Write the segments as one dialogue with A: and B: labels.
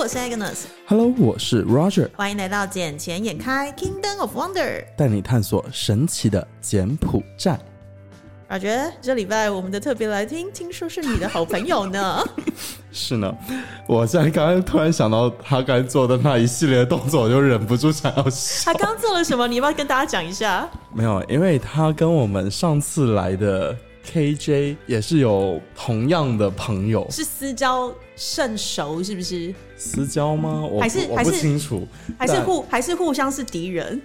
A: 我是 Agnes，
B: Hello，我是 Roger，
A: 欢迎来到《捡钱眼开 Kingdom of Wonder》。
B: 带你探索神奇的柬埔寨。
A: 感觉这礼拜我们的特别来宾，听说是你的好朋友呢。
B: 是呢，我现在刚刚突然想到他刚才做的那一系列动作，我就忍不住想要笑
A: 他。刚做了什么？你要不要跟大家讲一下？
B: 没有，啊因为他跟我们上次来的 KJ 也是有同样的朋友
A: 是私交甚熟，是不是？
B: 私交吗？我不
A: 还是
B: 我
A: 还
B: 不
A: 是
B: 清楚，
A: 还是
B: 但
A: 互还是互相是敌人，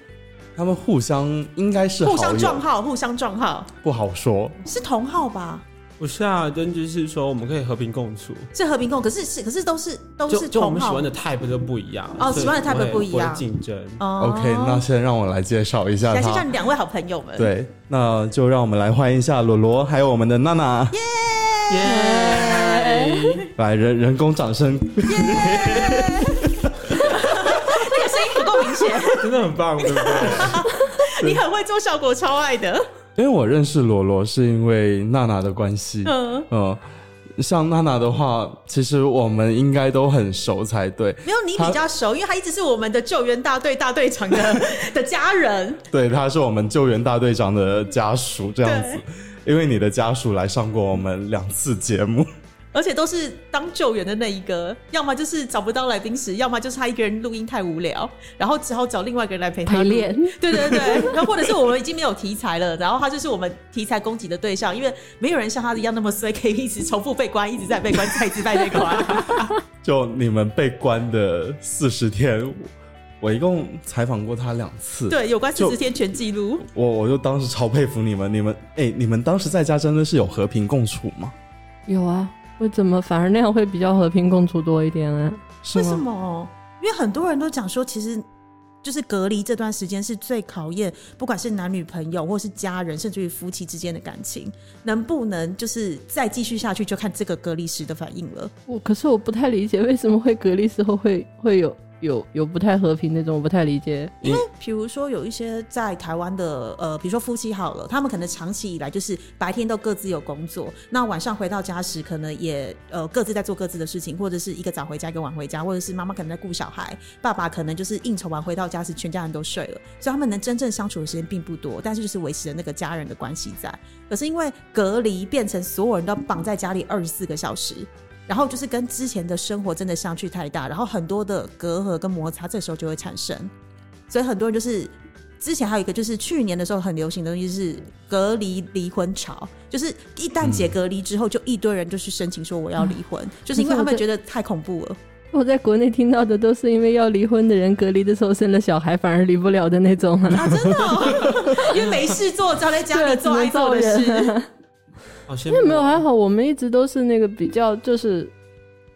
B: 他们互相应该是
A: 互
B: 好
A: 相
B: 友
A: 撞号，互相撞号，
B: 不好说。
A: 是同号吧？
C: 不是啊，根据是说我们可以和平共处，
A: 是和平共，可是是可是都是都
C: 就是就我
A: 同
C: 们喜
A: 号
C: 欢的 type 就不一样
A: 哦
C: 所以
A: 喜欢的 type
C: 会
A: 不一样
C: 会竞争。
A: 哦
B: OK，那先让我来介绍一下
A: 感谢
B: 他
A: 让。你两位好朋友们。
B: 对，那就让我们来欢迎一下罗罗，还有我们的娜娜，
C: 耶！
B: 来人人工掌 声。
A: 这个声音不够明显，
C: 真的很棒，对不对？
A: 你很会做效果，超爱的。
B: 因为我认识罗罗是因为娜娜的关系，
A: 嗯，
B: 嗯，像娜娜的话，其实我们应该都很熟才对，
A: 没有你
B: 他
A: 比较熟，因为他一直是我们的救援大队大队长的 的家人。
B: 对，她是我们救援大队长的家属这样子
A: 对，
B: 因为你的家属来上过我们两次节目，
A: 而且都是当救援的那一个，要么就是找不到来宾时，要么就是他一个人录音太无聊，然后只好找另外一个人来陪他
D: 陪
A: 录
D: 练。
A: 对对 对，然后或者是我们已经没有题材了，然后他就是我们题材攻击的对象，因为没有人像他一样那么衰，可以一直重复被关，一直在被关，再一直在被 关。
B: 就你们被关的四十天，我我一共采访过她两次，，
A: 对，有关四
B: 就
A: 十天全记录，
B: 我我就当时超佩服你们，你们哎、你们当时在家真的是有和平共处吗？
D: 有啊，为怎么反而那样会比较和平共处多一点啊呢、
B: 是
A: 为
B: 吗？
A: 什么？因为很多人都讲说，其实就是隔离这段时间是最考验，不管是男女朋友，或是家人，甚至于夫妻之间的感情，能不能就是再继续下去，就看这个隔离时的反应了。
D: 我可是我不太理解为什么会隔离时候会会有有有不太和平那种，我不太理解。
A: 因为比如说有一些在台湾的呃，比如说夫妻好了，他们可能长期以来就是白天都各自有工作，那晚上回到家时可能也呃各自在做各自的事情，或者是一个早回家，一个晚回家，或者是妈妈可能在顾小孩，爸爸可能就是应酬完回到家时全家人都睡了，所以他们能真正相处的时间并不多，但是就是维持了那个家人的关系在。可是因为隔离变成所有人都绑在家里二十四个小时，然后就是跟之前的生活真的相距太大，然后很多的隔阂跟摩擦，这时候就会产生。所以很多人就是之前还有一个就是去年的时候很流行的东西是隔离离婚潮，就是一旦解隔离之后，就一堆人就去申请说我要离婚，就是因为他们觉得太恐怖了。
D: 我在国内听到的都是因为要离婚的人隔离的时候生了小孩反而离不了的那种啊，
A: 啊，真的、哦， 因为没事做，只好在 家里
D: 只
A: 做爱
D: 能
A: 做
D: 造
A: 的事。
D: 人。
C: 好羡
D: 因为
C: 慕。
D: 没有啊还好，我们一直都是那个比较就是。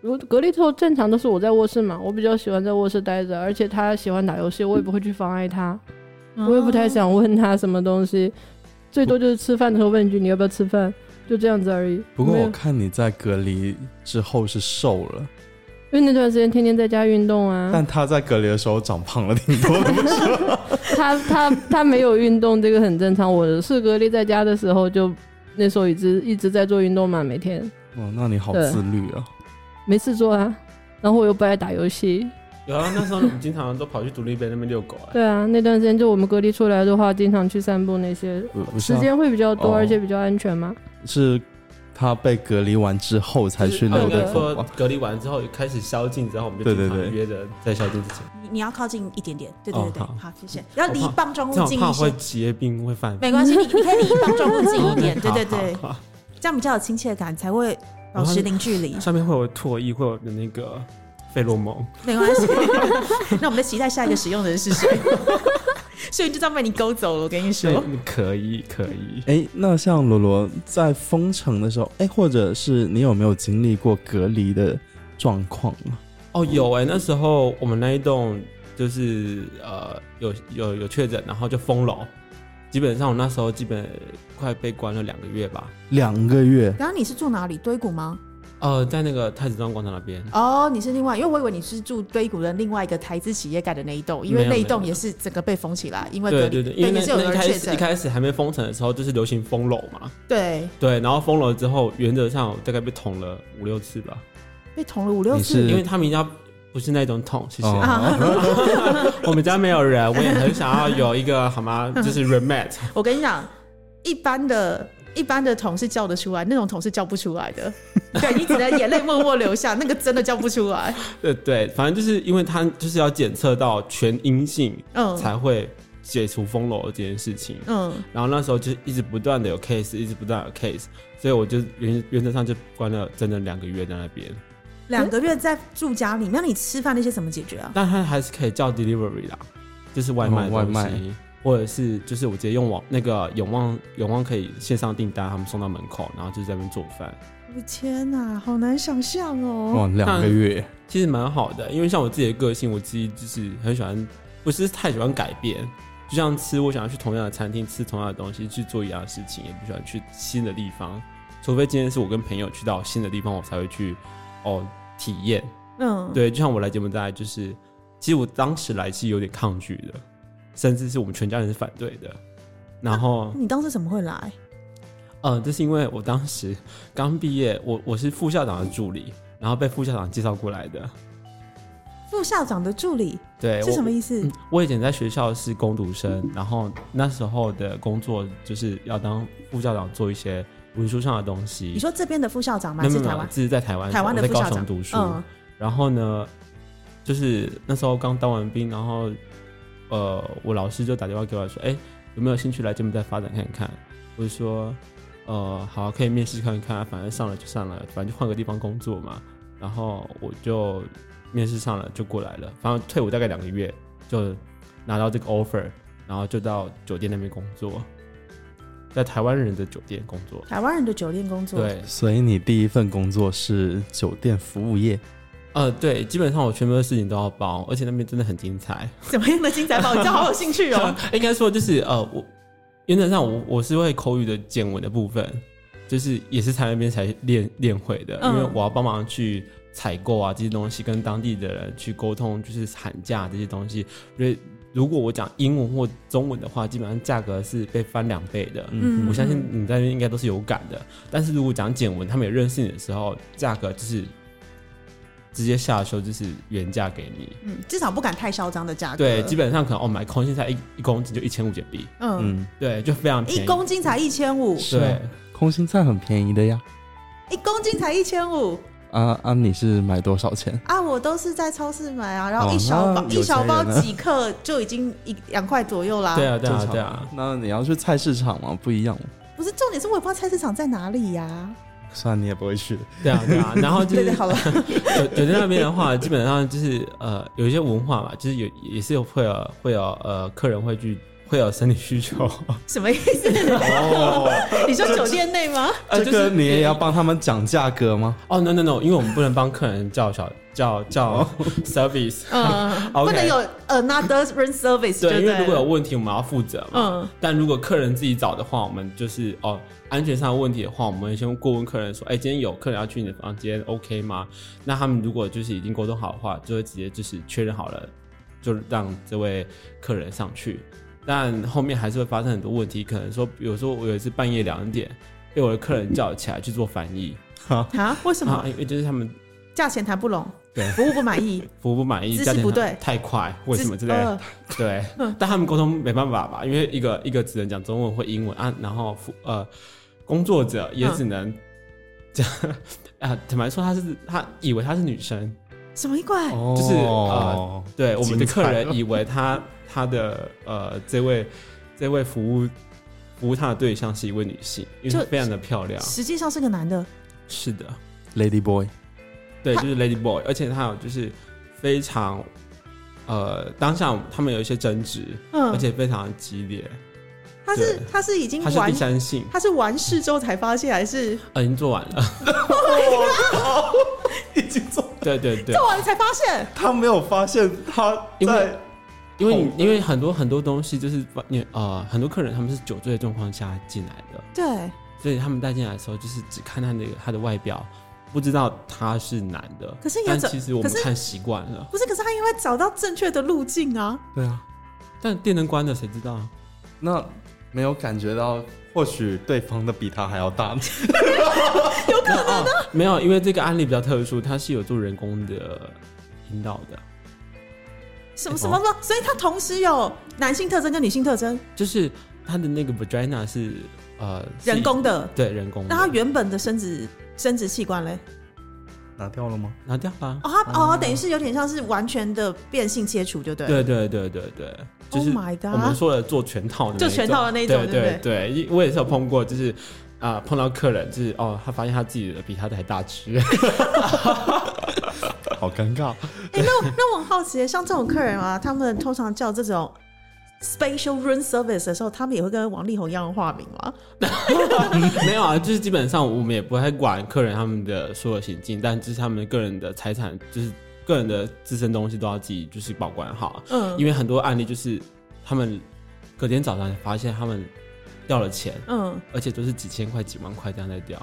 D: 如隔离之后，正常都是我在卧室嘛，我比较喜欢在卧室待着，而且他喜欢打游戏，我也不会去妨碍他。
A: 哦
D: 我也不太想问他什么东西，最多就是吃饭的时候问一句你要不要吃饭，就这样子而已。
B: 不过
D: 没有
B: 我看你在隔离之后是瘦了，
D: 因为那段时间天天在家运动啊，
B: 但他在隔离的时候长胖了挺多的，不是？
D: 他他他没有运动这个很正常。我是隔离在家的时候就那时候一直一直在做运动嘛，每天
B: 哇，那你好自律啊！
D: 没事做啊，然后我又不爱打游戏，
C: 有啊，那时候我们经常都跑去独立边那边遛狗哎。
D: 对啊，那段时间就我们隔离出来的话，经常去散步那些，
B: 不不是
D: 时
B: 啊、
D: 间会比较
B: 哦
D: 多，而且比较安全嘛。
B: 是他被隔离完之后才去
C: 就是
B: 遛
C: 应
B: 的狗
C: 该说
B: 吧？
C: 隔离完之后开始宵禁之后，我们就
B: 对
C: 经
B: 对
C: 常
B: 对
C: 约着在宵禁之前。
A: 你你要靠近一点点，对对对对，
B: 哦
A: 好，谢谢。要离
C: 我怕
A: 棒状
C: 这
A: 物
C: 样
A: 近
C: 怕
A: 一
C: 会
A: 些，
C: 结冰会犯法。
A: 没关系，你你可以离棒状物近一 点，对对对，
C: 好，好好
A: 这样比较有亲切感，才会保持零距离。
C: 上面会有唾液，会有的那个费洛蒙。
A: 没关 系， 那我们就期待下一个使用的人是谁。所以就这样被你勾走了，我跟你说。
C: 对可以可以。
B: 哎，那像罗罗在封城的时候，哎，或者是你有没有经历过隔离的状况啊？
C: 哦，有哎、那时候我们那一栋就是呃有有有确诊，然后就封楼。基本上我那时候基本快被关了两个月吧。
B: 两个月，
A: 然后你是住哪里？堆谷吗？
C: 呃，在那个太子庄广场那边，
A: 哦，你是另外，因为我以为你是住堆谷的另外一个台资企业盖的那一栋，因为
C: 没有
A: 那一栋
C: 没有
A: 也是整个被封起来，因为隔
C: 对
A: 离
C: 对对，因为
A: 也
C: 那
A: 是有
C: 那一
A: 人
C: 开
A: 确
C: 始
A: 诊。
C: 一开始还没封城的时候，就是流行封楼嘛，
A: 对，
C: 对，然后封楼之后，原则上我大概被捅了五六次吧，
A: 被捅了五六
B: 你
A: 次。
B: 是
C: 因为他们要不是那种桶，谢谢。
B: 哦，
C: 我们家没有人，我也很想要有一个 好吗？就是 roommate，
A: 我跟你讲，一般的。一般的桶是叫得出来，那种桶是叫不出来 的。对你只能眼泪默默流下，那个真的叫不出来。
C: 对对，反正就是因为他就是要检测到全阴性
A: 嗯
C: 才会解除封楼这件事情。
A: 嗯，
C: 然后那时候就一直不断的有 case，一直不断地有 case，所以我就原原则上就关了整整两个月在那边。
A: 两个月在住家里，那你吃饭那些怎么解决啊？
C: 但他还是可以叫 delivery 啦，就是外卖的
B: 哦外
C: 东西、
B: 卖
C: 或者是就是我直接用网那个永旺永旺可以线上订单，他们送到门口，然后就在那边做饭，
A: 我天哪、好难想象哦。
B: 哇，两个月，
C: 其实蛮好的。因为像我自己的个性，我自己就是很喜欢，不是太喜欢改变。就像吃，我想要去同样的餐厅吃同样的东西，去做一样的事情，也不喜欢去新的地方，除非今天是我跟朋友去到新的地方，我才会去哦体验。
A: 嗯，
C: 对，就像我来节目带，就是其实我当时来是有点抗拒的，甚至是我们全家人是反对的。然后，
A: 你当时怎么会来？
C: 呃，这是因为我当时刚毕业，我我是副校长的助理，然后被副校长介绍过来的。
A: 副校长的助理
C: 对，
A: 是
C: 哎我嗯
A: 什么意思？
C: 我以前在学校是工读生，然后那时候的工作就是要当副校长做一些文书上的东西。
A: 你说这边的副校长吗？
C: 没
A: 还
C: 有没
A: 是台
C: 有没有
A: 湾，
C: 这是在台湾，
A: 台湾的
C: 我在
A: 副校
C: 高
A: 长
C: 雄读书。
A: 嗯
C: 然后呢，就是那时候刚当完兵，然后呃，我老师就打电话给我说，哎、有没有兴趣来柬埔寨发展看看？我就说，呃，好啊，可以面试看看啊，反正上了就上了，反正就换个地方工作嘛。然后我就面试上了，就过来了。反正退伍大概两个月，就拿到这个 offer，然后就到酒店那边工作，在台湾人的酒店工作。
A: 台湾人的酒店工作。
C: 对，
B: 所以你第一份工作是酒店服务业，
C: 呃，对，基本上我全部的事情都要包，而且那边真的很精彩。
A: 怎么样的精彩报？你知道好有兴趣 哦。
C: 应该说就是呃，我原则上我我是会口语的见闻的部分，就是也是才那边才练练会的，因为
A: 嗯
C: 我要帮忙去采购啊这些东西，跟当地的人去沟通，就是喊价这些东西。所以如果我讲英文或中文的话，基本上价格是被翻两倍的。
A: 嗯
C: 我相信你在那边应该都是有感的，但是如果讲简文，他们也认识你的时候，价格就是直接下修，就是原价给你。
A: 嗯，至少不敢太嚣张的价格。
C: 对，基本上可能哦，买空心菜一一公斤就一千五减币，
A: 嗯，
B: 嗯，
C: 对，就非常便宜。
A: 一公斤才一千五，
B: 是
C: 对
B: 啊，空心菜很便宜的呀。
A: 一公斤才一千五
B: 啊啊，你是买多少钱？
A: 啊！我都是在超市买啊，然后
B: 哦
A: 一小包
B: 那
A: 一小包
B: 有钱人啊
A: 几克就已经一两块左右啦。
C: 对啊，对
B: 正
C: 啊，
B: 常
C: 对啊。
B: 那你要去菜市场吗？不一样吗？
A: 不是重点是我也不知道菜市场在哪里呀、
B: 算你也不会去的。
C: 对啊，对啊，然后就
A: 对
C: 是
A: 对，好了，
C: 酒酒店那边的话，基本上就是呃，有一些文化嘛，就是有也是有会有会有呃，客人会去会有生理需求，
A: 什么意思？
B: 哦，
A: 你说酒店内 吗？
C: 呃，
B: 这
C: 就
B: 个
C: 是
B: 你也要帮他们讲价格吗？
C: 哦，no no no，因为我们不能帮客人叫小叫叫
B: 哦
C: service，
A: 嗯，
C: OK
A: 不能有 another room service，
C: 对，
A: 就
C: 因为
A: 了
C: 如果有问题，我们要负责嘛。
A: 嗯
C: 但如果客人自己找的话，我们就是哦，安全上的问题的话，我们会先过问客人说，哎、今天有客人要去你的房间，OK 吗？那他们如果就是已经沟通好的话，就会直接就是确认好了，就让这位客人上去。但后面还是会发生很多问题，可能说，比如说我有一次半夜两点被我的客人叫起来去做翻译，
A: 啊？为什
C: 啊，
A: 么
C: 因为就是他们
A: 价钱谈不拢
C: 对，
A: 服务不满意，
C: 服务不满意，
A: 姿势
C: 价钱
A: 不对
C: 太快， 为什么之类的。
A: 呃
C: 对， 但他们沟通没办法吧，因为一个一个只能讲中文或英文啊，然后服呃工作者
A: 嗯
C: 也只能讲啊、坦白说他是他以为她是女生，
A: 什么鬼？
B: 哦
C: 就是呃对
A: 哦
C: 我们的
B: 精彩
C: 客
B: 了
C: 人以为他他的呃这位这位服务服务他的对象是一位女性，因为她
A: 就
C: 非常的漂亮，
A: 实际上是个男的，
C: 是的，
B: Lady Boy，
C: 对，
A: 他
C: 就是 Lady Boy，而且他有就是非常呃当下他们有一些争执，而
A: 嗯，
C: 且非常的激烈，
A: 他是
C: 对
A: 他是已经
C: 他是
A: 完
C: 第三性。
A: 他是完事之后才发现，还是
C: 呃，已经做完了。
B: 已经做，
C: 对对对，
A: 做完了才发现？
B: 他没有发现他
C: 因
B: 在
C: 为因为你因为很多很多东西就是把你呃很多客人他们是酒醉的状况下进来的，
A: 对，
C: 所以他们带进来的时候就是只看他那个他的外表，不知道他是男的。
A: 可是也
C: 但
A: 怎
C: 其实我
A: 可
C: 们
A: 是
C: 看习惯了，
A: 不是，可是他因为找到正确的路径啊，
B: 对啊，
C: 但电灯关了谁知道？
B: 那没有感觉到，或许对方的比他还要大。
C: 有可能、哦、没有，因为这个案例比较特殊，它是有做人工的听到的，
A: 什么什么什么，所以它同时有男性特征跟女性特征，
C: 就是它的那个 vagina 是呃是
A: 人工的。
C: 对人工的，
A: 那它原本的生殖生殖器官嘞？
B: 拿掉了吗？
C: 拿掉吧。
A: 哦，它哦，等于是有点像是完全的变性切除，就对。
C: 对。对对对对，就
A: Oh
C: 是
A: my
C: 我们
A: god！
C: 说了做全套的那一种，
A: 做全套的那一种
C: 对
A: 对
C: 对对，因我也是有碰过，就是啊、碰到客人就是哦，他发现他自己的比他的还大只，
B: 好尴尬。
A: 哎、那我那我很好奇耶，像这种客人啊，他们通常叫这种 special room service 的时候，他们也会跟王力宏一样的化名吗？
C: 没有啊，就是基本上我们也不太管客人他们的所有行径，但就是他们个人的财产，就是个人的自身东西都要自己就是保管好，
A: 嗯
C: 因为很多案例就是他们隔天早上发现他们掉了钱，
A: 嗯，
C: 而且都是几千块、几万块这样在掉，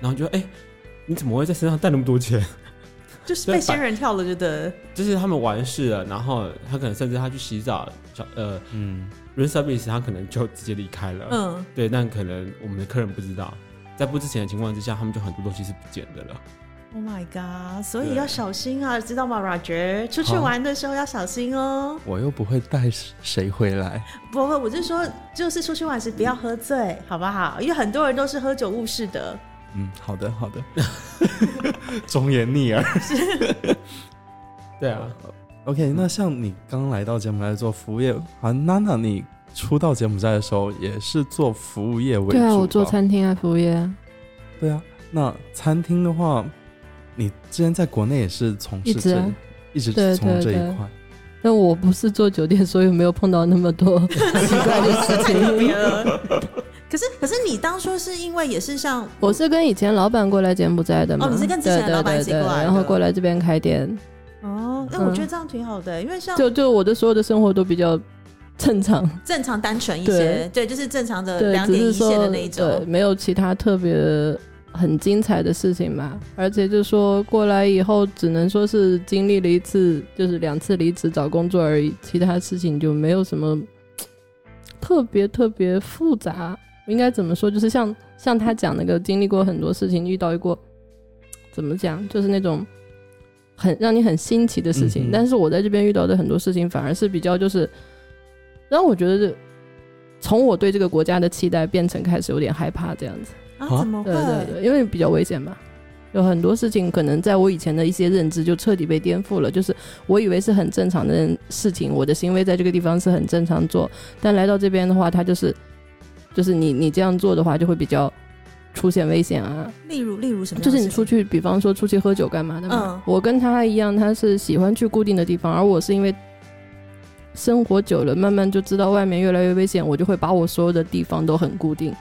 C: 然后就哎、你怎么会在身上带那么多钱？
A: 就是被仙人跳了，就得
C: 就是他们完事了，然后他可能甚至他去洗澡，小呃
B: 嗯，
C: r e s e r v i c e 他可能就直接离开了。嗯，
A: 嗯，
C: 对，但可能我们的客人不知道，在不知情的情况之下，他们就很多东西是不见的了。
A: Oh my god！所以
C: 对
A: 要小心啊，知道吗，Roger？出去
B: 好
A: 玩的时候要小心哦。
B: 我又不会带谁回来。
A: 不不，我是说，就是出去玩时不要喝醉，好不好？因为很多人都是喝酒误事的。
B: 嗯，好的，好的。 忠言逆耳。
C: 对啊，
B: OK，那像你刚来到柬埔寨做服务业，啊，娜娜，你初到柬埔寨的时候也是做服务业为主，
D: 对啊，我做。餐厅啊，服务业啊，
B: 对啊，那餐厅的话，你之前在国内也是从事
D: 一直
B: 这
D: 啊，
B: 一直
D: 对
B: 从事这
D: 对
B: 一
D: 对
B: 块。
D: 但我不是做酒店，所以没有碰到那么多 奇怪的事
A: 太特别
D: 情。
A: 了。可是可是你当初是因为也是像
D: 我是跟以前老板过来柬埔寨的嘛，
A: 哦你是跟之前的
D: 对对
A: 老板一
D: 对
A: 起
D: 对
A: 过来的
D: 然后过来这边开店，
A: 哦，那、
D: 嗯
A: 我觉得这样挺好的，因为像
D: 就就我的所有的生活都比较正常，
A: 正常单纯一些，对，就是正常的
D: 对，
A: 两
D: 只
A: 呃点
D: 是
A: 一
D: 说
A: 线的那一
D: 对，
A: 种。
D: 没有其他特别很精彩的事情吧。而且就说过来以后，只能说是经历了一次，就是两次离职找工作而已，其他事情就没有什么特别特别复杂。应该怎么说？就是像像他讲那个，经历过很多事情，遇到过怎么讲，就是那种很让你很新奇的事情。
B: 嗯哼
D: 但是我在这边遇到的很多事情，反而是比较就是让我觉得这从我对这个国家的期待变成开始有点害怕这样子。
A: 啊，怎么会？
D: 对对对，因为比较危险吧。有很多事情可能在我以前的一些认知就彻底被颠覆了，就是我以为是很正常的事情，我的行为在这个地方是很正常做，但来到这边的话，它就是，就是你你这样做的话就会比较出现危险啊，
A: 例如例如什么？
D: 就是你出，去，比方说出去喝酒干嘛的嘛。
A: 嗯
D: 我跟他一样，他是喜欢去固定的地方，而我是因为生活久了，慢慢就知道外面越来越危险，我就会把我所有的地方都很固定，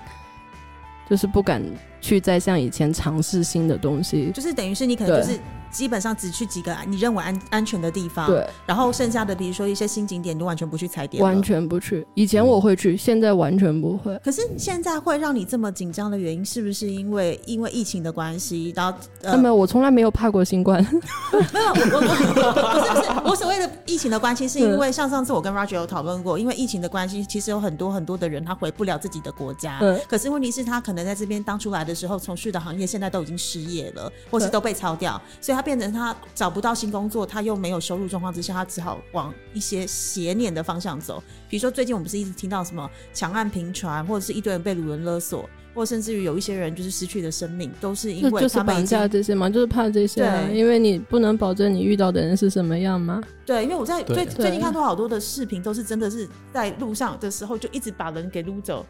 D: 就是不敢去再像以前尝试新的东西。
A: 就是等于是你可能
D: 对
A: 就是基本上只去几个你认为安安全的地方，，
D: 对，
A: 然后剩下的比如说一些新景点，你就完全不去踩啊点，
D: 完。全不去。以前我会去，现在完全不会。
A: 可是现在会让你这么紧张的原因，是不是因为因为疫情的关系？然后呃，
D: 那么我从来没有怕过新冠，
A: 没有，我我我不是不是，我所谓的疫情的关系，是因为像上次我跟 Roger 有讨论过，因为疫情的关系，其实有很多很多的人他回不了自己的国家。
D: 嗯
A: 可是问题是他可能在这边当初来的时候从事的行业，现在都已经失业了，或是
D: 对
A: 都被抄掉，所以他变成他找不到新工作，他又没有收入状况之下，他只好往一些邪念的方向走。比如说最近我们不是一直听到什么强案频传，或者是一堆人被掳人勒索，或甚至于有一些人就是失去了生命，都是因
D: 就
A: 为
D: 就是
A: 他们已经
D: 绑架这些嘛，就是怕这些、啊，
A: 对
D: 因为你不能保证你遇到的人是什么样嘛。
A: 对，因为我在
B: 对
A: 最
B: 对
A: 最近看到好多的视频，都是真的是在路上的时候就一直把人给撸走。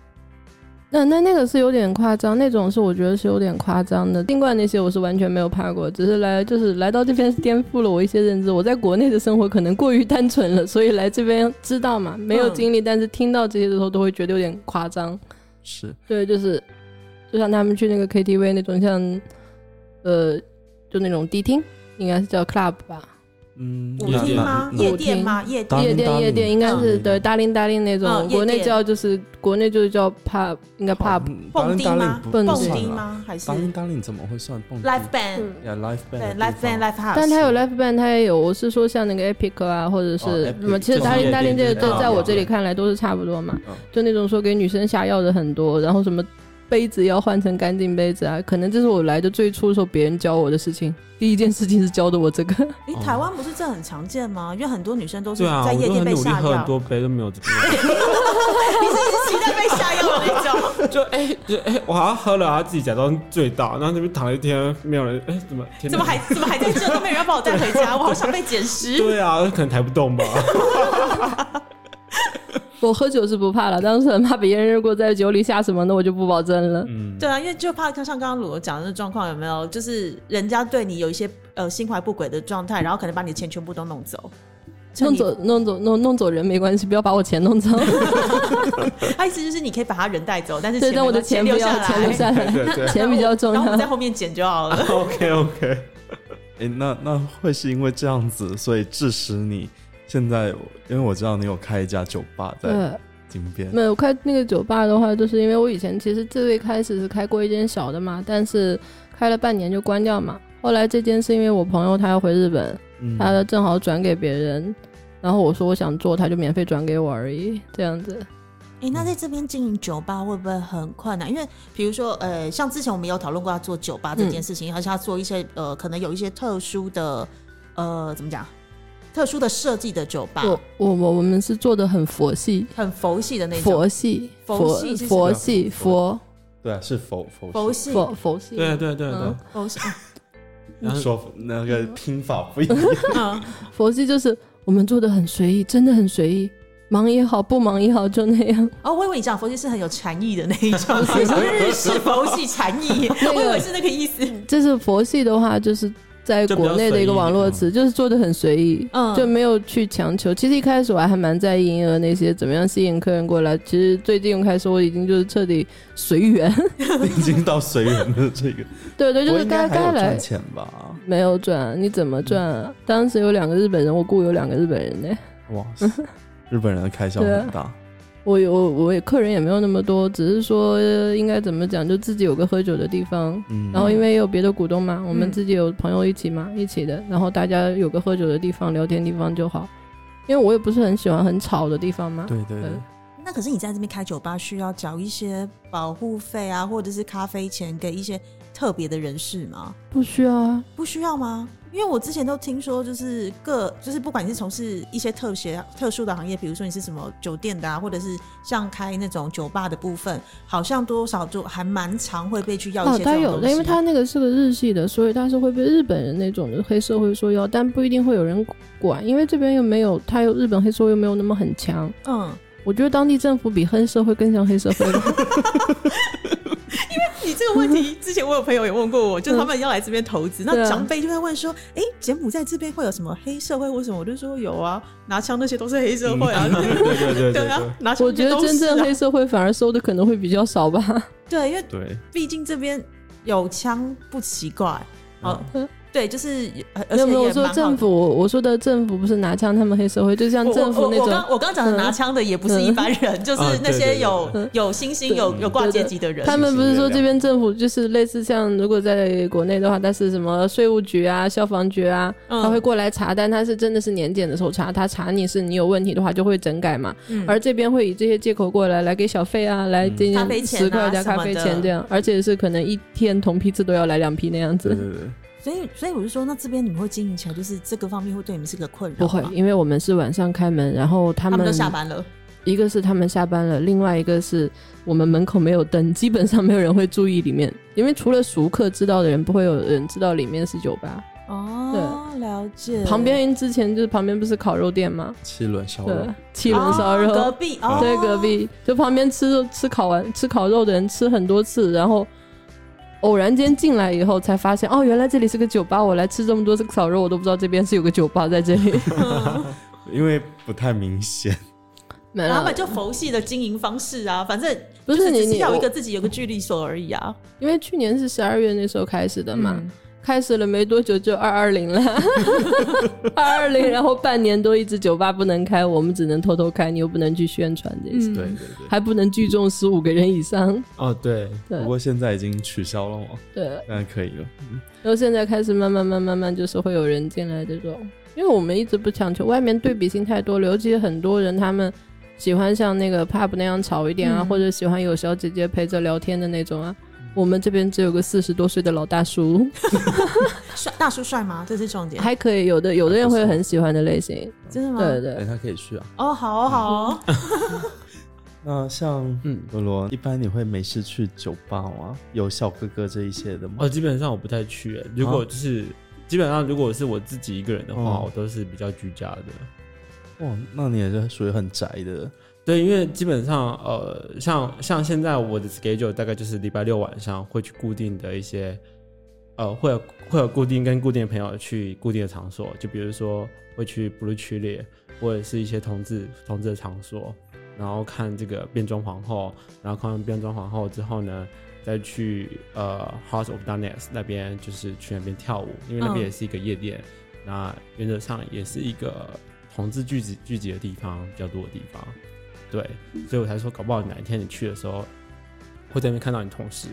D: 那那那个是有点夸张，那种是我觉得是有点夸张的。新冠那些我是完全没有怕过，只是来就是来到这边是颠覆了我一些认知。我在国内的生活可能过于单纯了，所以来这边知道嘛，没有
A: 嗯
D: 经历，但是听到这些的时候都会觉得有点夸张。
B: 是，
D: 对，就是就像他们去那个 KTV 那种，像呃就那种迪厅，应该是叫 club 吧，
B: 嗯，
A: 舞
C: 夜
A: 厅
C: 店
A: 吗？
B: 那
A: 夜
D: 舞
A: 店
D: 厅
A: 吗？夜
B: 当
A: 店
B: 然
D: 夜
B: 搭
D: 店
B: 铃
D: 夜店应该是
B: 嗯
D: 对搭铃搭铃那种，
A: 嗯夜
D: 国内
A: 店
D: 叫就是国内就是叫 pub，应该 pub
A: 蹦迪吗？
B: 嗯不
D: 蹦
A: 蹦
D: 迪
B: 算
A: 迪
B: 啦
A: 吗？还是
B: 达令达令怎么会算蹦迪
A: live band？
B: 呀，live
A: 对
B: band 的
A: ，live
B: 地
A: band
B: 方
A: live house。
D: 嗯但它有 live band，它也有，我是说像那个 Epic 啊，或者
B: 哦
D: 是
B: ，Epic，
D: 那么，其实
B: 这
D: 达
B: 种
D: 令达
C: 夜
D: 令
C: 店
D: 这
C: 之类
D: 这
C: 的
D: 在
C: 哦
D: 我这里看来都是差不多嘛
B: 嗯，
D: 就那种说给女生下药的很多，然后什么杯子要换成干净杯子啊。可能这是我来的最初的时候，别人教我的事情。第一件事情是教的我这个，
A: 诶，
C: 哦
A: 台湾不是这很常见吗？因为很多女生都是
C: 对啊，
A: 在
C: 我
A: 夜
C: 都
A: 店
C: 很
A: 被
C: 努力
A: 下药，
C: 喝很多杯都没有怎么 样。
A: 你是期待被下药的那种。
C: 就哎、就哎、我好像喝了，然后自己假装醉倒，然后那边躺了一天，没有人，哎、怎么天
A: 怎么还怎么还在这？都没有人要把我带回家，我好想被捡尸。
C: 对啊，可能抬不动吧。
D: 我喝酒是不怕了，但是很怕别人如果在酒里下什么，那我就不保证了。
C: 嗯，
A: 对啊，因为就怕像刚刚鲁罗讲的那状况，有没有？就是人家对你有一些呃心怀不轨的状态，然后可能把你的钱全部都弄走，趁
D: 弄走弄走弄弄走人没关系，不要把我钱弄 走。
A: 你。 他意思就是你可以把他人带走，但是
D: 对，但我的
A: 钱
D: 钱
A: 没
D: 不
A: 有
D: 要，钱留
A: 留下来，
D: 下来，
C: 对对
D: 钱比较重
A: 然后我们在
D: 要。
A: 后面捡就好 了。
C: ，OK OK，
B: 诶，那那会是因为这样子，所以致使你现在，因为我知道你有开一家酒吧在
D: 对，
B: 金边，
D: 没有开那个酒吧的话，就是因为我以前其实最开始是开过一间小的嘛，但是开了半年就关掉嘛。后来这间是因为我朋友他要回日本，
B: 嗯
D: 他正好转给别人，然后我说我想做，他就免费转给我而已，这样子。
A: 哎、那在这边经营酒吧会不会很困难？因为比如说，呃，像之前我们有讨论过要做酒吧
D: 嗯
A: 这件事情，而且要做一些呃，可能有一些特殊的，呃，怎么讲？特殊的设计的酒吧，
D: 我我我我们是做的很佛系，
A: 很佛系的那种。
D: 佛系，
A: 佛
D: 佛
A: 系是什么
D: 佛系佛
B: 对啊，是否否
A: 佛系，
D: 佛佛系，
C: 对对对对
D: 嗯，
A: 佛系，
C: 然后
B: 说那个拼法不一样，
A: 嗯，
D: 佛系就是我们做的很随意，真的很随意，忙也好，不忙也好，就那样。
A: 哦，我以为你讲佛系是很有禅意的那一种， 日式佛系禅意，
D: 那
A: 我以
D: 个
A: 为是那个意思。
D: 这是佛系的话，就是在国内的一个网络
B: 嗯
D: 词，就是做的很随意，
A: 嗯
D: 就没有去强求。其实一开始我还蛮在意营额那些怎么样吸引客人过来，其实最近开始我已经就是彻底随缘，
B: 已经到随缘的这个，
D: 对对，
B: 不
D: 就是
B: 过应
D: 该
B: 该还
D: 该
B: 有
D: 来
B: 赚。钱嗯吧？
D: 没有赚，你怎么赚、啊？当时有两个日本人，我雇有两个日本人呢、
B: 哇， 日本人的开销
D: 啊
B: 很大，
D: 我有我我也客人也没有那么多，只是说呃应该怎么讲，就自己有个喝酒的地方，
B: 嗯，
D: 然后因为也有别的股东嘛，我
A: 嗯
D: 们自己有朋友一起嘛，一起的，然后大家有个喝酒的地方、聊天地方就好。因为我也不是很喜欢很吵的地方嘛，
B: 对对对
D: 对，
A: 那可是你在这边开酒吧，需要缴一些保护费啊，或者是咖啡钱给一些特别的人士吗？
D: 不需要啊。
A: 不需要吗？因为我之前都听说，就是各就是不管你是从事一些特些特殊的行业，比如说你是什么酒店的啊，或者是像开那种酒吧的部分，好像多少就还蛮常会被去要一
D: 哦
A: 些，这
D: 他
A: 种
D: 有
A: 东西。
D: 的，因为他那个是个日系的，所以他是会被日本人那种的黑社会说要，但不一定会有人管，因为这边又没有，他有日本黑社会又没有那么很强。
A: 嗯，
D: 我觉得当地政府比黑社会更像黑社会了。
A: 你这个问题之前我有朋友也问过我，就是他们要来这边投资，
D: 对
A: 那
D: 啊
A: 长辈就在问说，哎、柬埔寨这边会有什么黑社会或什么？我就说有啊，拿枪那些都是黑社会啊。
C: 对对对
A: 对
C: 对对
A: 啊，拿枪
D: 我觉得
A: 那些都
D: 真
A: 是啊
D: 正黑社会反而收的可能会比较少吧。
A: 对，因为
B: 对，
A: 毕竟这边有枪不奇怪。哦、
D: 嗯
A: 对，就是而而
D: 没
A: 且
D: 有没有，
A: 也
D: 我说
A: 蛮好
D: 政府，我说的政府不是拿枪他们黑社会，就像
A: 我
D: 政府那
A: 我我
D: 种。嗯
A: 刚我刚讲的拿枪的也不是一般 人，就是那些有
C: 啊
D: 对对
A: 有星星、有有挂阶级的人。
D: 他们不是说
B: 信息
D: 这边政府就是类似像如果在国内的话，它是什么税务局啊、消防局啊，
A: 嗯
D: 他会过来查，但他是真的是年检的时候查，他查你是你有问题的话就会整改嘛。
A: 嗯
D: 而这边会以这些借口过来来给小费啊，来今
A: 咖啡
D: 天
A: 钱啊
D: 十块加咖啡
A: 什么
D: 钱
A: 的
D: 这样，而且是可能一天同批次都要来两批那样
B: 对
D: 子。
B: 对对，
A: 所以所以我就说，那这边你们会经营起来，就是这个方面会对你们是个困扰。
D: 不会，，因为我们是晚上开门，然后
A: 他
D: 他
A: 们
D: 们
A: 都下班了。
D: 一个是他们下班了，另外一个是我们门口没有灯，基本上没有人会注意里面，因为除了熟客知道的人，不会有人知道里面是酒吧。
A: 哦，了解。
D: 旁边之前就是旁边不是烤肉店吗？
B: 七轮烧
D: 对
B: 肉，，
D: 七轮烧肉，
A: 哦隔壁哦，
D: 对，隔壁就旁边吃肉吃烤完吃烤肉的人吃很多次，然后偶然间进来以后才发现，哦，原来这里是个酒吧，我来吃这么多次烤肉，我都不知道这边是有个酒吧在这里。
B: 因为不太明显，
D: 没
A: 然后他
D: 了
A: 们，就佛系的经营方式啊，反正
D: 不
A: 就是
D: 你
A: 只是
D: 你
A: 要有一个
D: 我
A: 自己有个距离所而已啊。
D: 因为去年是十二月那时候开始的嘛。
A: 嗯
D: 开始了没多久就二 二零了，二二零，然后半年多一直酒吧不能开，我们只能偷偷开，你又不能去宣传这些，
B: 对
A: 嗯
B: 对对。
D: 还不能聚众十五个人以上。
C: 哦对，
D: 对
B: 不过现在已经取消了嘛，
D: 对，
B: 现在可以了。
D: 然后现在开始慢慢慢慢慢，就是会有人进来这种，因为我们一直不强求，外面对比性太多了，尤其很多人他们喜欢像那个 pub 那样吵一点啊，
A: 嗯
D: 或者喜欢有小姐姐陪着聊天的那种啊。我们这边只有个四十多岁的老 大叔，
A: 帅大叔帅吗？这是重点，
D: 还可以，有的有的人会很喜欢的类型。
A: 真的吗？
D: 对
B: 哎，
D: 对，
B: 他可以去啊。
A: 哦，好哦好哦，
B: 那像
C: 嗯，
B: 罗罗，一般你会没事去酒吧吗？有小哥哥这一些的吗？啊
C: 哦，基本上我不太去、欸。如果就是、基本上如果是我自己一个人的话，
B: 嗯
C: 我都是比较居家的。
B: 哇，那你也是属于很宅的。
C: 对，因为基本上呃，像像现在我的 schedule 大概就是礼拜六晚上会去固定的一些，呃，会有会有固定跟固定的朋友去固定的场所，就比如说会去 Blue Chili 或者是一些同志同志的场所，然后看这个变装皇后，然后看完变装皇后之后呢。再去呃 House of Darkness 那边，就是去那边跳舞，因为那
A: 嗯
C: 边也是一个夜店，那原则上也是一个同志聚集聚集的地方比较多的地方。对，所以我才说，搞不好哪一天你去的时候，会在那边看到你同 事，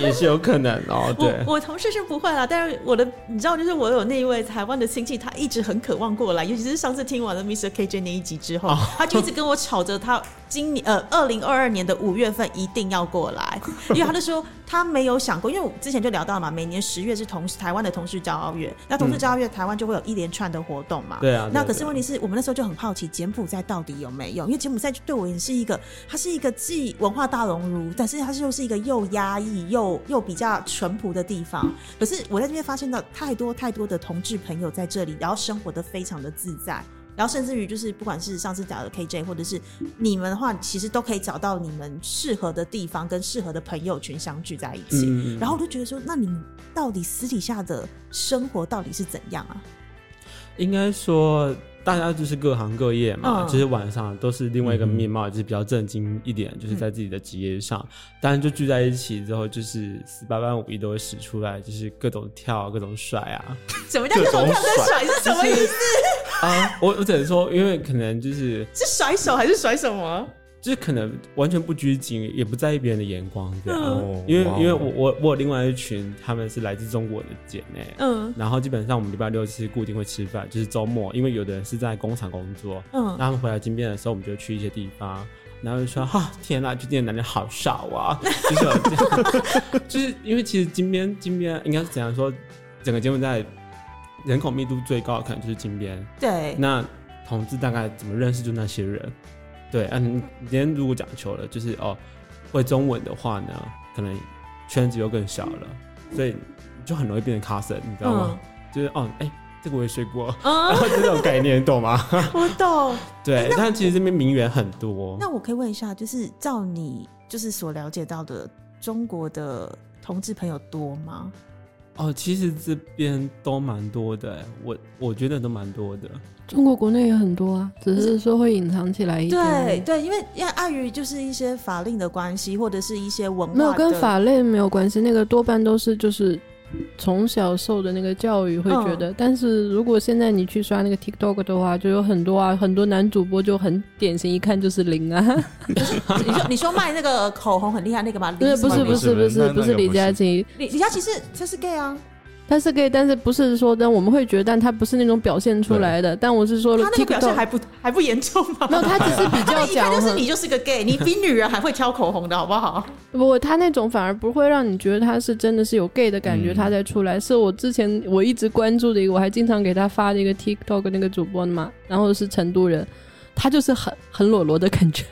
C: 也是有可能哦。对，
A: 我我同事是不会啦，但是我的你知道，就是我有那一位台湾的亲戚，他一直很渴望过来，尤其是上次听完了 Mr. KJ 那一集之
C: 哦
A: 后，他就一直跟我吵着，他今年呃二零二二年的五月份一定要过来，因为他就说他没有想过，因为我之前就聊到嘛，每年十月是同事台湾的同事骄傲月，那同事骄傲月、台湾就会有一连串的活动嘛，
C: 嗯对啊。
A: 那
C: 对
A: 可是问，
C: 对
A: 题是我们那时候就很好奇柬埔寨到底有没有，因为柬埔寨对我也是一个，它是一个既文化大熔炉，但是它又是一个又压抑又又比较淳朴的地方。可是我在这边发现到太多太多的同志朋友在这里，然后生活的非常的自在。然后甚至于就是，不管是上次讲的 KJ，或者是你们的话，其实都可以找到你们适合的地方跟适合的朋友群相聚在一起。
C: 嗯
A: 然后我就觉得说，那你们到底私底下的生活到底是怎样啊？
C: 应该说。大家就是各行各业嘛，
A: 嗯
C: 就是晚上都是另外一个
B: 嗯哼
C: 面貌，就是比较正经一点，就是
A: 嗯
C: 在自己的职业上。当然就聚在一起之后，就是十八般武艺都会使出来，就是各种跳、各种甩啊，
A: 什么叫各种跳跟甩是什么意思？
C: 啊，我我只能说，因为可能就是
A: 是甩手还是甩什么？
C: 就是可能完全不拘谨，也不在意别人的眼光这样。
B: 哦
C: 因为
B: 哇哦
C: 因为我我我有另外一群，他们是来自中国的姐妹。
A: 嗯
C: 然后基本上我们礼拜六是固定会吃饭，就是周末，因为有的人是在工厂工作，那
A: 嗯，
C: 他们回来金边的时候，我们就去一些地方，然后就说啊，天呐，去金边的男人好少啊，就是有 这样，就是因为其实金边金边应该是怎样说，整个柬埔寨人口密度最高的可能就是金边，
A: 对，
C: 那同志大概怎么认识就那些人，对，啊，你你今天如果讲求了，就是哦，会中文的话呢，可能圈子又更小了，所以就很容易变成 cousin，你知道吗？就是哦，哎、这个我也睡过， 然
A: 嗯，
C: 后就这种概念，你懂吗？
A: 我懂。
C: 对，但其实这边名媛很多，
A: 那我可以问一下，就是照你就是所了解到的，中国的同志朋友多吗？
C: 哦，其实这边都蛮多的，哎我我觉得都蛮多的，
D: 中国国内也很多啊，只是说会隐藏起来一点而已。
A: 对对，因为因为碍于就是一些法令的关系，或者是一些文化
D: 没有跟
A: 的
D: 法类没有关系，那个多半都是就是从小受的那个教育会
A: 嗯
D: 觉得。但是如果现在你去刷那个 TikTok 的话，就有很多啊，很多男主播就很典型，一看就是 零啊。
A: 你说你说卖那个口红很厉害那个吗？
D: 不是
A: 李
D: 不是
B: 不
D: 不
B: 是
D: 是
B: 不
D: 不
B: 是
D: 是
B: 那
D: 不是
B: 那个
D: 李
B: 不
D: 佳
B: 是
D: 琦，
A: 李李佳琦是他是 gay 啊，
D: 他是 gay，但是不是说但我们会觉得，但他不是那种表现出来的。但我是说
A: 他那个表现
D: TikTok，
A: 还不还不严重吗？
D: 没有，他只是比 较
A: 一看
D: 讲
A: 就是
D: 很
A: 你就是个 gay，你比女人还会挑口红的好不 好？
D: 不，他那种反而不会让你觉得他是真的是有 gay 的感觉，
B: 嗯
D: 他才出来。是我之前我一直关注的一个，我还经常给他发的一个 TikTok 那个主播的嘛，然后是成都人，他就是很很裸裸的感觉。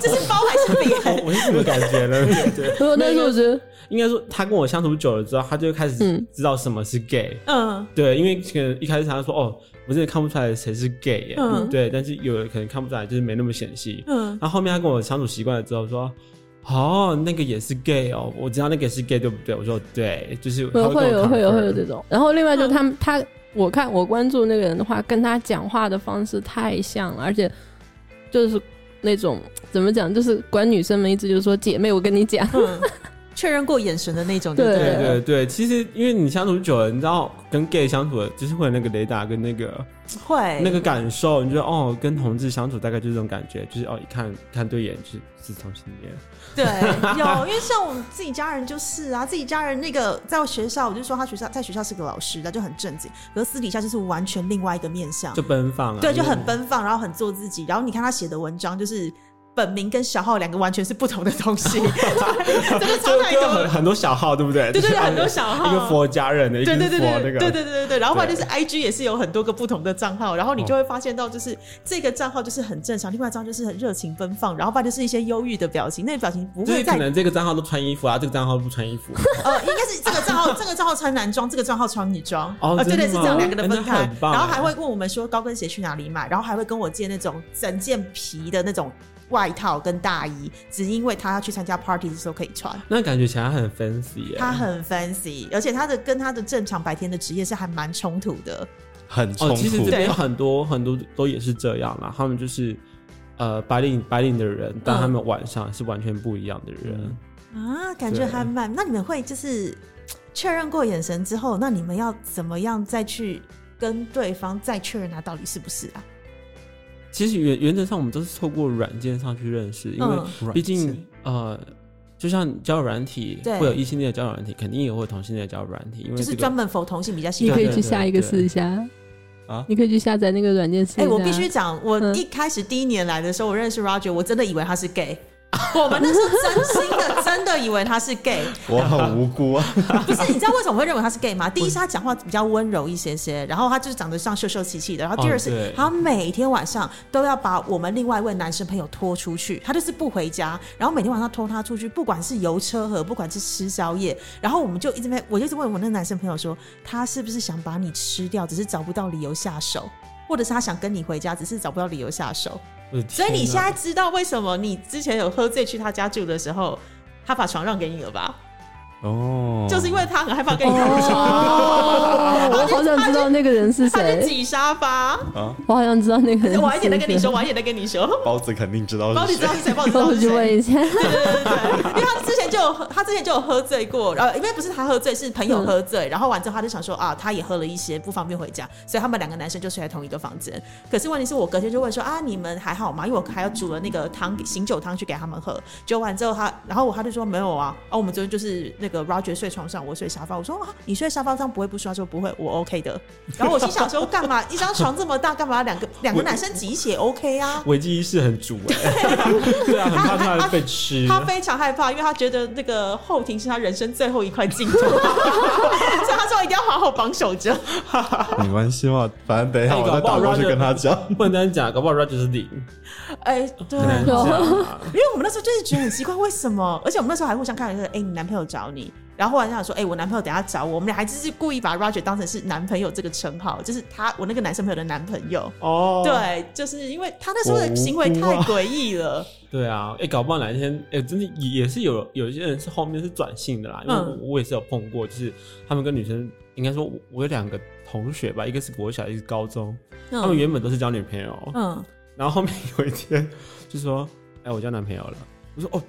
A: 这是包还是扁？
C: 哦我我是这么感觉了， 对，
D: 然后但是我觉得，
C: 应该说他跟我相处久了之后，他就会开始
D: 嗯
C: 知道什么是 gay，、
A: 嗯
C: 对，因为可能一开始他说哦，我真的看不出来谁是 gay 耶、
A: 嗯
C: 对，但是有人可能看不出来，就是没那么显细。
A: 嗯，
C: 然后后面他跟我相处习惯了之后说，哦，那个也是 gay 哦，我知道那个也是 gay 对不对？我说对，就是他
D: 呃
C: 跟
D: 会
C: 我
D: 有会有
C: confirm
D: 会有这种。然后另外就是他们他，我看我关注那个人的话，跟他讲话的方式太像了，而且就是那种怎么讲，就是管女生们一直就是说姐妹，我跟你讲，
A: 确认过眼神的那种就
D: 对
A: 对
C: 对
A: 了
C: 对对，其实因为你相处久了，你知道跟 gay 相处的，就是会有那个雷达跟那个
A: 会
C: 那个感受，你觉得哦，跟同志相处大概就是这种感觉，就是哦，一看看对眼就是是同性恋，
A: 对，有，因为像我们自己家人就是啊，自己家人那个在学校，我就说他学校在学校是个老师，他就很正经，可是私底下就是完全另外一个面相，
C: 就奔放啊，
A: 对，就
C: 因为
A: 很奔放，然后很做自己。然后你看他写的文章，就是本名跟小号两个完全是不同的东西， 对真的差
C: 就
A: 太
C: 就
A: 多
C: 很
A: 了。
C: 很多小号，对不对？
A: 对对
C: 就
A: 对，
C: 是
A: 很多小号，
C: 一个佛家人的，一个
A: 啊对
C: 是
A: 对对
C: 佛
A: 对
C: 那个，
A: 对对对对对，然后或者是
C: 对哦
A: I G 也是有很多个不同的账号，然后你就会发现到就是这个账号就是很正常，另外一张就是很热情奔放，然后不然就是一些忧郁的表情，那个表情不
C: 就
A: 会
C: 是可
A: 在
C: 能这个账号都穿衣服啊，这个账号不穿衣服。 啊
A: 呃，应该是这个账号这个账号穿男装，这个账号穿女装，
C: 哦
A: 呃
C: 真
A: 对
C: 的
A: 对是这样
C: 吗
A: 两个
C: 哎
A: 人
C: 那
A: 分开
C: 很，棒
A: 然后
C: 哎
A: 还会问我们说高跟鞋去哪里买，然后还会跟我借那种整件皮的那种外套跟大衣，只因为他要去参加 party 的时候可以穿。
C: 那感觉起来很 fancy 耶、哦
A: 他很 fancy，而且他的跟他的正常白天的职业是还蛮冲突的。
B: 很冲
C: 哦，其实
B: 突
C: 这。边有很多很多都也是这样啦，他们就是呃白领白领的人，但他们晚上是完全不一样的人。
B: 嗯
A: 啊，感觉
C: 对
A: 还蛮……那你们会就是确认过眼神之后，那你们要怎么样再去跟对方再确认他到底是不是啊？
C: 其实原原则上我们都是透过软件上去认识，
A: 嗯
C: 因为
B: 软
C: 毕
B: 件
C: 竟呃，就像交友软体
A: 对
C: 会有异性恋的交友软体，肯定也会有同性恋的交友软体，因为
A: 就是
C: 这个
A: 专门否同性比较喜
D: 你
A: 欢的
D: 可以
C: 对
D: 去
C: 对
D: 下一个
C: 对
D: 试一下
B: 啊
D: 你可以去下载那个软件试一下。
A: 哎、我必须讲，我
D: 嗯
A: 一开始第一年来的时候，我认识 Roger，我真的以为他是 gay。我 们那时候真心的，真的以为他是 gay。
B: 我很无辜啊，
A: 不是，你知道为什么我会认为他是 gay 吗？第一是他讲话比较温柔一些些，然后他就是长得像秀秀气气的。然后第二
C: 哦
A: 是
C: 对
A: 他每天晚上都要把我们另外一位男生朋友拖出去，他就是不回家，然后每天晚上拖他出去，不管是游车河，不管是吃宵夜，然后我们就一直在，我就一直问我那个男生朋友说，他是不是想把你吃掉，只是找不到理由下手。或者是他想跟你回家，只是找不到理由下手。
C: 我的天
A: 所以你
C: 哪
A: 现在知道为什么你之前有喝醉去他家住的时候，他把床让给你了吧？
B: 哦，
A: 就是因为他很害怕跟你同床，
D: 哦，我 好想知道那个人是
A: 他就
D: 谁，
A: 挤沙发。
B: 啊，
D: 我好想知道那个人是谁。
A: 晚一点再跟你说，晚一点再跟你说。
B: 包子肯定知道
A: 包
B: 哦是
A: 你知
B: 谁
A: 道，是谁，包 你知
D: 帮
A: 道
D: 我
A: 是
D: 去
A: 谁。
D: 问一下。
A: 对对对对，因为他之前就有喝，他之前就有喝醉过，呃，因为不是他喝醉，是朋友喝醉，然后完之后他就想说啊，他也喝了一些，不方便回家，所以他们两个男生就睡在同一个房间。可是问题是我隔天就问说啊，你们还好吗？因为我啊还要煮了那个汤醒酒汤去给他们喝，酒完之后他，然后我他就说没有啊，哦，我们昨天就是那个 Roger 睡床上，我睡沙发。我说啊，你睡沙发上不会不舒服？他说不会，我 OK 的。 然后我心想说哦干嘛？一张床这么大，干嘛两个两个男生挤血 OK 啊？
C: 危机意识很足 哎、对啊，很怕他被吃。
A: 他非常害怕，因为他觉得那个后庭是他人生最后一块净土，所以他说一定要好好绑守着。
B: 没关系嘛，反正等一下
C: 哎
B: 我再
C: 搞不好
B: 打过去
C: Roger-
B: 跟他讲。
C: 不能这样讲，搞不好 r o 就是零，
A: 哎、对，
C: 很难
A: 因
C: 讲
D: 哦
C: 啊。
A: 为我们那时候就是觉得很奇怪，为什么？而且我们那时候还互相看了一个，哎、你男朋友找你。然后后来想说，哎、我男朋友等下找我，我们俩还就是故意把 Roger 当成是男朋友这个称号，就是他我那个男生朋友的男朋友。
C: 哦，
A: 对，就是因为他那时候
B: 我无辜
A: 的
B: 啊
A: 行为太诡异了，
C: 对啊，哎、搞不好哪一天，哎、真的也也是有有一些人是后面是转性的啦，因为我,、
A: 嗯
C: 我也是有碰过，就是他们跟女生，应该说我我有两个同学吧，一个是国小，一个是高中，他
A: 嗯
C: 们哦原本都是交女朋友，
A: 嗯，
C: 然后后面有一天就说，哎、我交男朋友了，我说哦，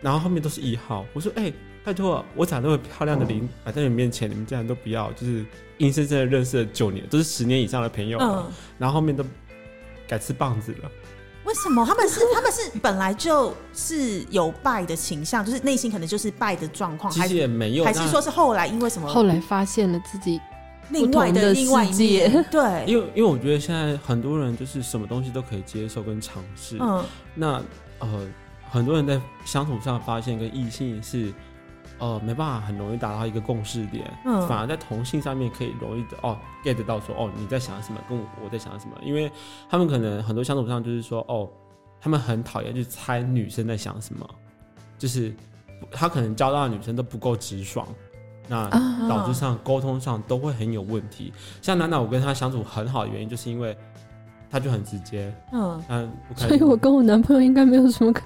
C: 然后后面都是一号，我说哎、拜托，我长那么漂亮的
A: 嗯
C: 零摆在你们面前，你们竟然都不要，就是硬生生的认识了九年，都是十年以上的朋友了，
A: 嗯
C: 然后后面都改吃棒子了。
A: 为什么他们 是他们是本来就是有败的倾向，就是内心可能就是败的状况，
C: 其
A: 还
C: 实
A: 是
C: 也没有，
A: 哦还是
C: 那
A: 说是后来因为什
D: 后
A: 么
D: 来发现了自己，
A: 另外
D: 不同的
A: 另外一
D: 世
A: 面？对，
C: 因为因为我觉得现在很多人就是什么东西都可以接受跟尝试。
A: 嗯
C: 那呃，很多人在相处上发现跟异性是呃没办法很容易达到一个共识点，
A: 嗯
C: 反而在同性上面可以容易的哦 get 到说哦你在想什么，跟我我在想什么，因为他们可能很多相处上就是说哦，他们很讨厌去猜女生在想什么，就是他可能交到的女生都不够直爽。那
A: 嗯
C: 导致上沟通上都会很有问题。像娜娜，我跟她相处很好的原因，就是因为她就很直接，
A: 嗯，
C: 嗯，不开
D: 所以我跟我男朋友应该没有什么 可。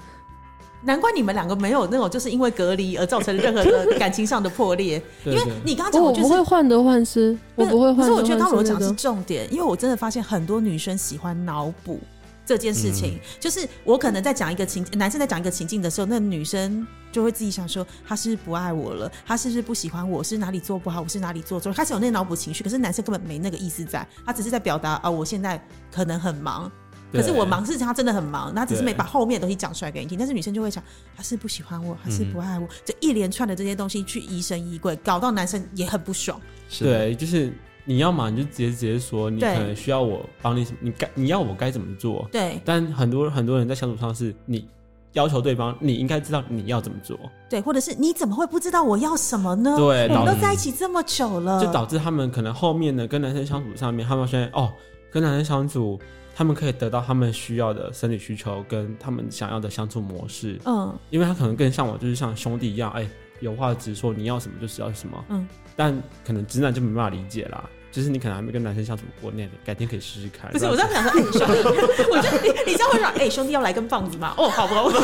A: 难怪你们两个没有那种就是因为隔离而造成任何的感情上的破裂，
C: 对
A: 因为
C: 对
A: 你刚刚讲
D: 我
A: 我就
D: 不会
A: 是。
D: 患得患失，我不会
A: 可
D: 患
A: 是
D: 得
A: 我
D: 患
A: 觉
D: 失
A: 得刚刚我讲
D: 那
A: 的是
D: 种。
A: 重点，因为我真的发现很多女生喜欢脑补，这件事情，就是我可能在讲一个情，男生在讲一个情境的时候，那女生就会自己想说，他是不是不爱我了，他是不是不喜欢我，是哪里做不好，我是哪里做错，开始有那个脑补情绪，可是男生根本没那个意思在，他只是在表达啊、我现在可能很忙，可是我忙是他真的很忙，他只是没
C: 对
A: 把后面的东西讲出来给你听。但是女生就会想，他是不喜欢我，他是不爱我，这一连串的这些东西去疑神疑鬼，搞到男生也很不爽。
B: 是的，
C: 对，就是你要嘛你就直接直接说，你可
A: 对
C: 能需要我帮你什么，你该你要我该怎么做。
A: 对
C: 但很多很多人在相处上是你要求对方，你应该知道你要怎么做，
A: 对，或者是你怎么会不知道我要什么呢？
C: 对，
A: 我
C: 导
A: 们
C: 致
A: 都在一起这么久了，
C: 就导致他们可能后面呢跟男生相处上面，他们发现哦，跟男生相处，他们可以得到他们需要的生理需求跟他们想要的相处模式，
A: 嗯
C: 因为他可能更像我，就是像兄弟一样，哎，有话直说，你要什么就是要什么。
A: 嗯，
C: 但可能直男就没办法理解啦，就是你可能还没跟男生相处过，那改天可以试试看。
A: 不是，我在想说，哎、兄弟， 我就你，你知道我想，哎、兄弟要来根棒子吗？哦，好吧，我 你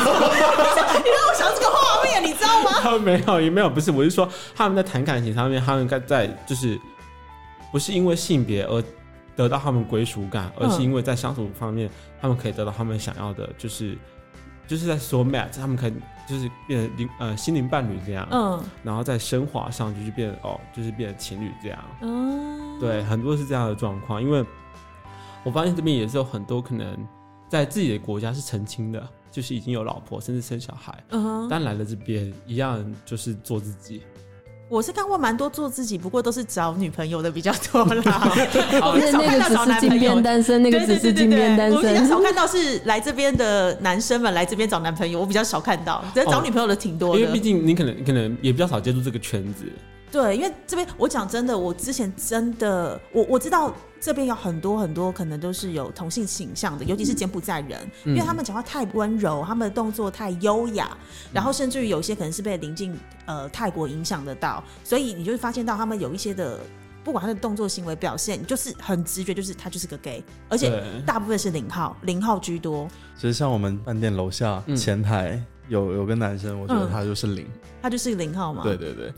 A: 让我想到这个画面，你知道吗？
C: 他们 没有，也没有，不是，我是说他们在谈感情上面，他们在在就是不是因为性别而得到他们归属感，而
A: 嗯
C: 是因为在相处方面，他们可以得到他们想要的，就是就是在说 match，他们可以就是变成灵呃心灵伴侣这样，
A: 嗯
C: 然后在升华上就是变哦，就是变成情侣这样，
A: 嗯，
C: 对，很多是这样的状况，因为我发现这边也是有很多可能在自己的国家是成亲的，就是已经有老婆甚至生小孩。
A: 嗯哼，
C: 但来了这边一样就是做自己，
A: 我是看过蛮多做自己，不过都是找女朋友的比较多 啦。我
D: 而
A: 比较
D: 且
A: 少看到找
D: 那个只是
A: 男朋
D: 金
A: 友
D: 边。单身，那个
A: 对
D: 只
A: 对对
D: 是金边
A: 对对，
D: 单
A: 我比较
D: 身
A: 少。看到是来这边的男生们来这边找男朋友，我比较少看到，只是找
C: 哦
A: 女朋友的挺多
C: 因
A: 的。
C: 为毕竟你可能可能也比较少接触这个圈子，
A: 对，因为这边我讲真的，我之前真的，我我知道这边有很多很多可能都是有同性倾向的，尤其是柬埔寨人，因为他们讲话太温柔，他们的动作太优雅，然后甚至于有些可能是被邻近呃泰国影响得到，所以你就会发现到他们有一些的。不管他的动作行为表现，你就是很直觉，就是他就是个 gay，而且
C: 对，
A: 大部分是零号，零号居多，
B: 其实像我们饭店楼下
C: 嗯
B: 前台有有个男生，我觉得
A: 嗯
B: 他就是零，
A: 他就是零号嘛。
B: 对，对对，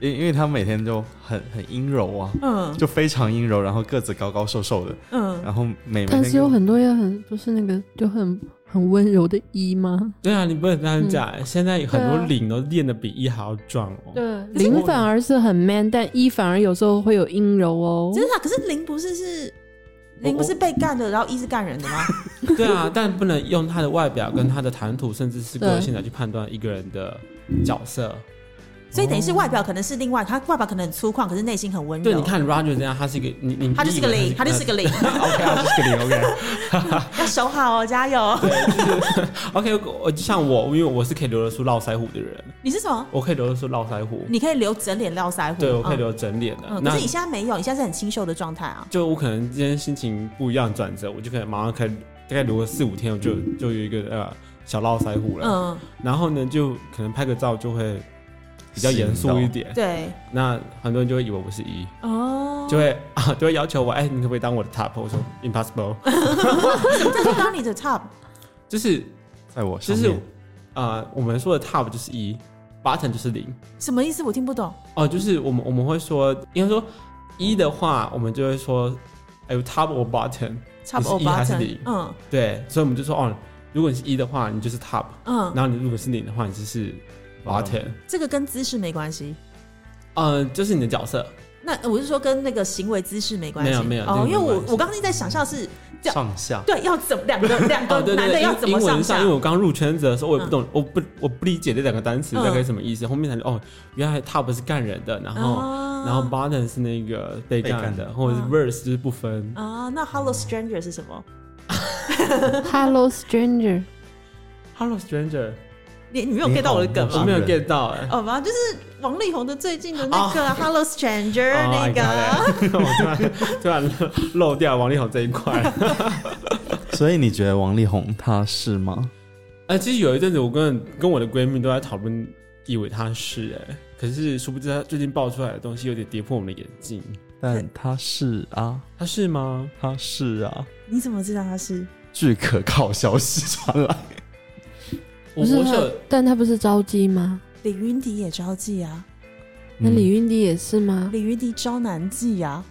B: 因因为他每天就很很阴柔啊，
A: 嗯
B: 就非常阴柔，然后个子高高瘦瘦的，
A: 嗯，
B: 然后每每
D: 但
B: 天
D: 是有
B: 跟
D: 很多也很不是那个就很很温柔的一吗？
C: 对啊，你不能这
A: 嗯
C: 样讲。现在很
D: 对
C: 多
D: 啊
C: 领都练的比一还要壮哦。
D: 对，
C: 是
D: 零反而是很 man，但一反而有时候会有阴柔哦。
A: 真的啊、可是零不是是零不是被干的，然后一是干人的吗？
C: 对啊，但不能用他的外表跟他的谈吐，甚至是个性来去判断一个人的角
A: 嗯
C: 色。
A: 所以等于是外表可能是另外，他外表可能很粗犷，可是内心很温柔。
C: 对，你，看 Roger 这样，他是一个你你
A: 他就是个零，他就是个零，
C: OK 啊，就是个零 OK。
A: 要守好哦，加油！
C: OK，我就像我，因为我是可以留得出络腮胡的人，
A: 你是什么？
C: 我可以留得出络腮胡，
A: 你可以留整脸络腮胡，
C: 对我可以
A: 嗯
C: 留整脸的。
A: 嗯，可
C: 那
A: 是你现在没有，你现在是很清秀的状态啊。
C: 就我可能今天心情不一样转折，我就可能马上开，大概留个四五天，我就就有一个呃小络腮胡了。
A: 嗯，
C: 然后呢，就可能拍个照就会比较严肃一点。
A: 对，
C: 那很多人就会以为我是一、
A: 哦，
C: 就会啊，就会要求我，哎，你可不可以当我的 top？我说 impossible，
A: 这就当你的 top，
C: 就是
B: 在我
C: 就
B: 上
C: 是
B: 面，
C: 啊、呃我们说的 top 就是一，button 就是零。
A: 什么意思？我听不懂。
C: 哦，就是我们我们会说，应该说一的话，我们就会说，哎，top or button。
A: top
C: 你是
A: or
C: 一还是
A: bottom，
C: 零
A: 嗯
C: 对，所以我们就说，哦，如果你是一的话，你就是 top；
A: 嗯，
C: 然后你如果是零的话，你就是 button。
A: 这个跟姿势没关系。
C: 嗯、就是你的角色。
A: 那呃我是说跟那个行为姿势没关系，
C: 没有没有这个
A: 哦，因为
C: 没
A: 我
C: 关系
A: 我刚刚一直在想象是这样
B: 上下
A: 对要怎么两个两
C: 哦，
A: 个
C: 对对
A: 男的
C: 对，
A: 要
C: 英
A: 怎
C: 英
A: 么
C: 文
A: 下
C: 上，因为我刚入圈子的时候，我也不懂，我不我不理解这两个单词
A: 嗯
C: 大概什么意思，后面才哦，原来 top 是干人的，然后、
A: 啊
C: 哦然后 bottom 是那个被
B: 被
C: 干
B: 干
C: 的，或者是
A: 嗯
C: verse 就是不分，
A: 啊，那 Hello Stranger 是什么？
D: Hello stranger，
C: Hello Stranger，
A: 你你没有
B: 你
A: get 到我的
B: 好
A: 梗
B: 我
A: 吗
C: 我？没有
B: 是
C: get 到哎、
A: 哦吧，就是王力宏的最近的那个《Hello Stranger
C: 哦》
A: 那
C: I
A: 个，
C: got it 我突然突然漏掉王力宏这一 块。
B: 所以你觉得王力宏他是吗？
C: 哎、其实有一阵子我跟跟我的闺蜜都在讨论，以为他是哎、可是殊不知他最近爆出来的东西有点跌破我们的眼镜。
B: 但他是啊，
C: 他是吗？
B: 他是啊，
A: 你怎么知道他是？
B: 据可靠消息传来，
C: 我
D: 不
C: 我是
D: 是他
C: 有，
D: 但他不是招妓吗？
A: 李云迪也招妓啊，
D: 那李
B: 嗯
D: 云迪也是吗？
A: 李云迪招男妓啊，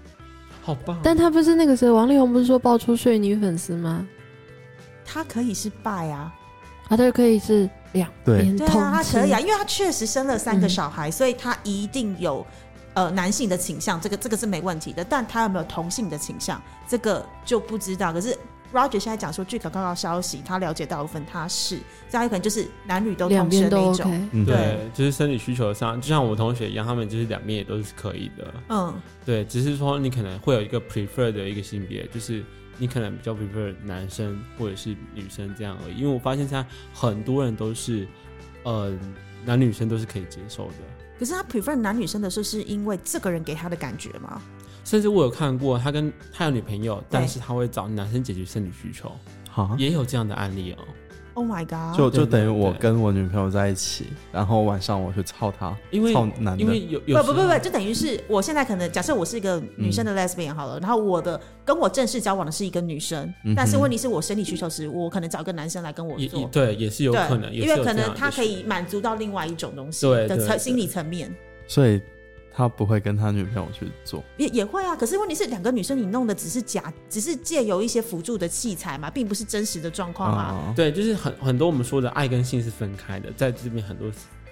C: 好棒。
D: 但他不是那个谁，王力宏不是说爆出睡女粉丝吗？
A: 他可以是拜啊，
D: 啊，对，可以是两
B: 对
D: 边
A: 对
D: 同
A: 啊，他
D: 吃
A: 可以啊，因为他确实生了三个
D: 嗯
A: 小孩，所以他一定有呃男性的倾向，这个这个是没问题的。但他有没有同性的倾向，这个就不知道。可是 Roger 现在讲说，据可靠消息，他了解大部分他是，这有可能就是男女都
D: 两
A: 同时
D: 边
A: 的那
D: 都
A: 一
D: OK
A: 种。。
B: 嗯，
A: 对
C: 对，就是生理需求上，就像我同学一样，他们就是两面也都是可以的。
A: 嗯，
C: 对，只是说你可能会有一个 prefer 的一个性别，就是你可能比较 prefer 男生或者是女生这样而已。因为我发现现在很多人都是，呃，男女生都是可以接受的。
A: 可是他 prefer 男女生的时候，是因为这个人给他的感觉吗？
C: 甚至我有看过他跟他有女朋友，但
A: 对
C: 是他会找男生解决生理需求，
B: 好，
C: 也有这样的案例哦。
A: Oh my god！
B: 啊就
C: 对
B: 就
C: 对
B: 等于我
C: 对
B: 跟我女朋友在一起，然后晚上我去操她，
C: 因为
B: 操男
C: 因
B: 的，
C: 为有有
A: 不
C: 时
A: 不不
C: 候嗯
A: 不，就等于是我现在可能假设我是一个女生的 lesbian 好了，然后我的跟我正式交往的是一个女生，
B: 嗯哼
A: 但是问题是我生理需求时，我可能找一个男生来跟我
C: 也也
A: 做，
C: 对，也是有
A: 对
C: 可能，也
A: 因
C: 是有
A: 为可
C: 这样
A: 能
C: 的
A: 他可
C: 需
A: 以
C: 求
A: 满足到另外一种东西
C: 对
A: 的
C: 对
A: 层
C: 对
A: 心理层面，
B: 所以他不会跟他女朋友去做。
A: 也也会啊。可是问题是两个女生你弄的只是假，只是借由一些辅助的器材嘛，并不是真实的状况啊。
B: 啊，
C: 对，就是很很多我们说的爱跟性是分开的，在这边很多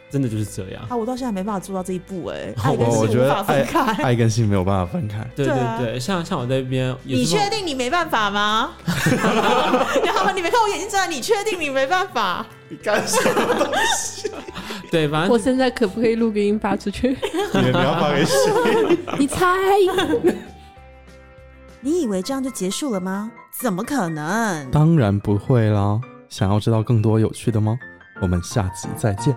C: 真的就是这样。
A: 啊，我到现在没办法做到这一步哎、
C: 哦
B: 我
A: 爱跟
B: 我
A: 性
B: 觉
A: 无
B: 得
A: 法分开。
B: 爱跟性没有办法分开。
C: 对
A: 对
C: 对
A: 啊
C: 对，像像我在这边，也
A: 你
C: 是那
A: 确
C: 种
A: 定你没办法吗？然后你没看我眼睛睁大，你确定你没办法？
B: 你干什么？
C: 对，反
D: 我
C: 正
D: 现在可不可以录个音发出去？
B: 你你要发给谁？
D: 你猜？
A: 你以为这样就结束了吗？怎么可能？
B: 当然不会啦！想要知道更多有趣的吗？我们下集再见，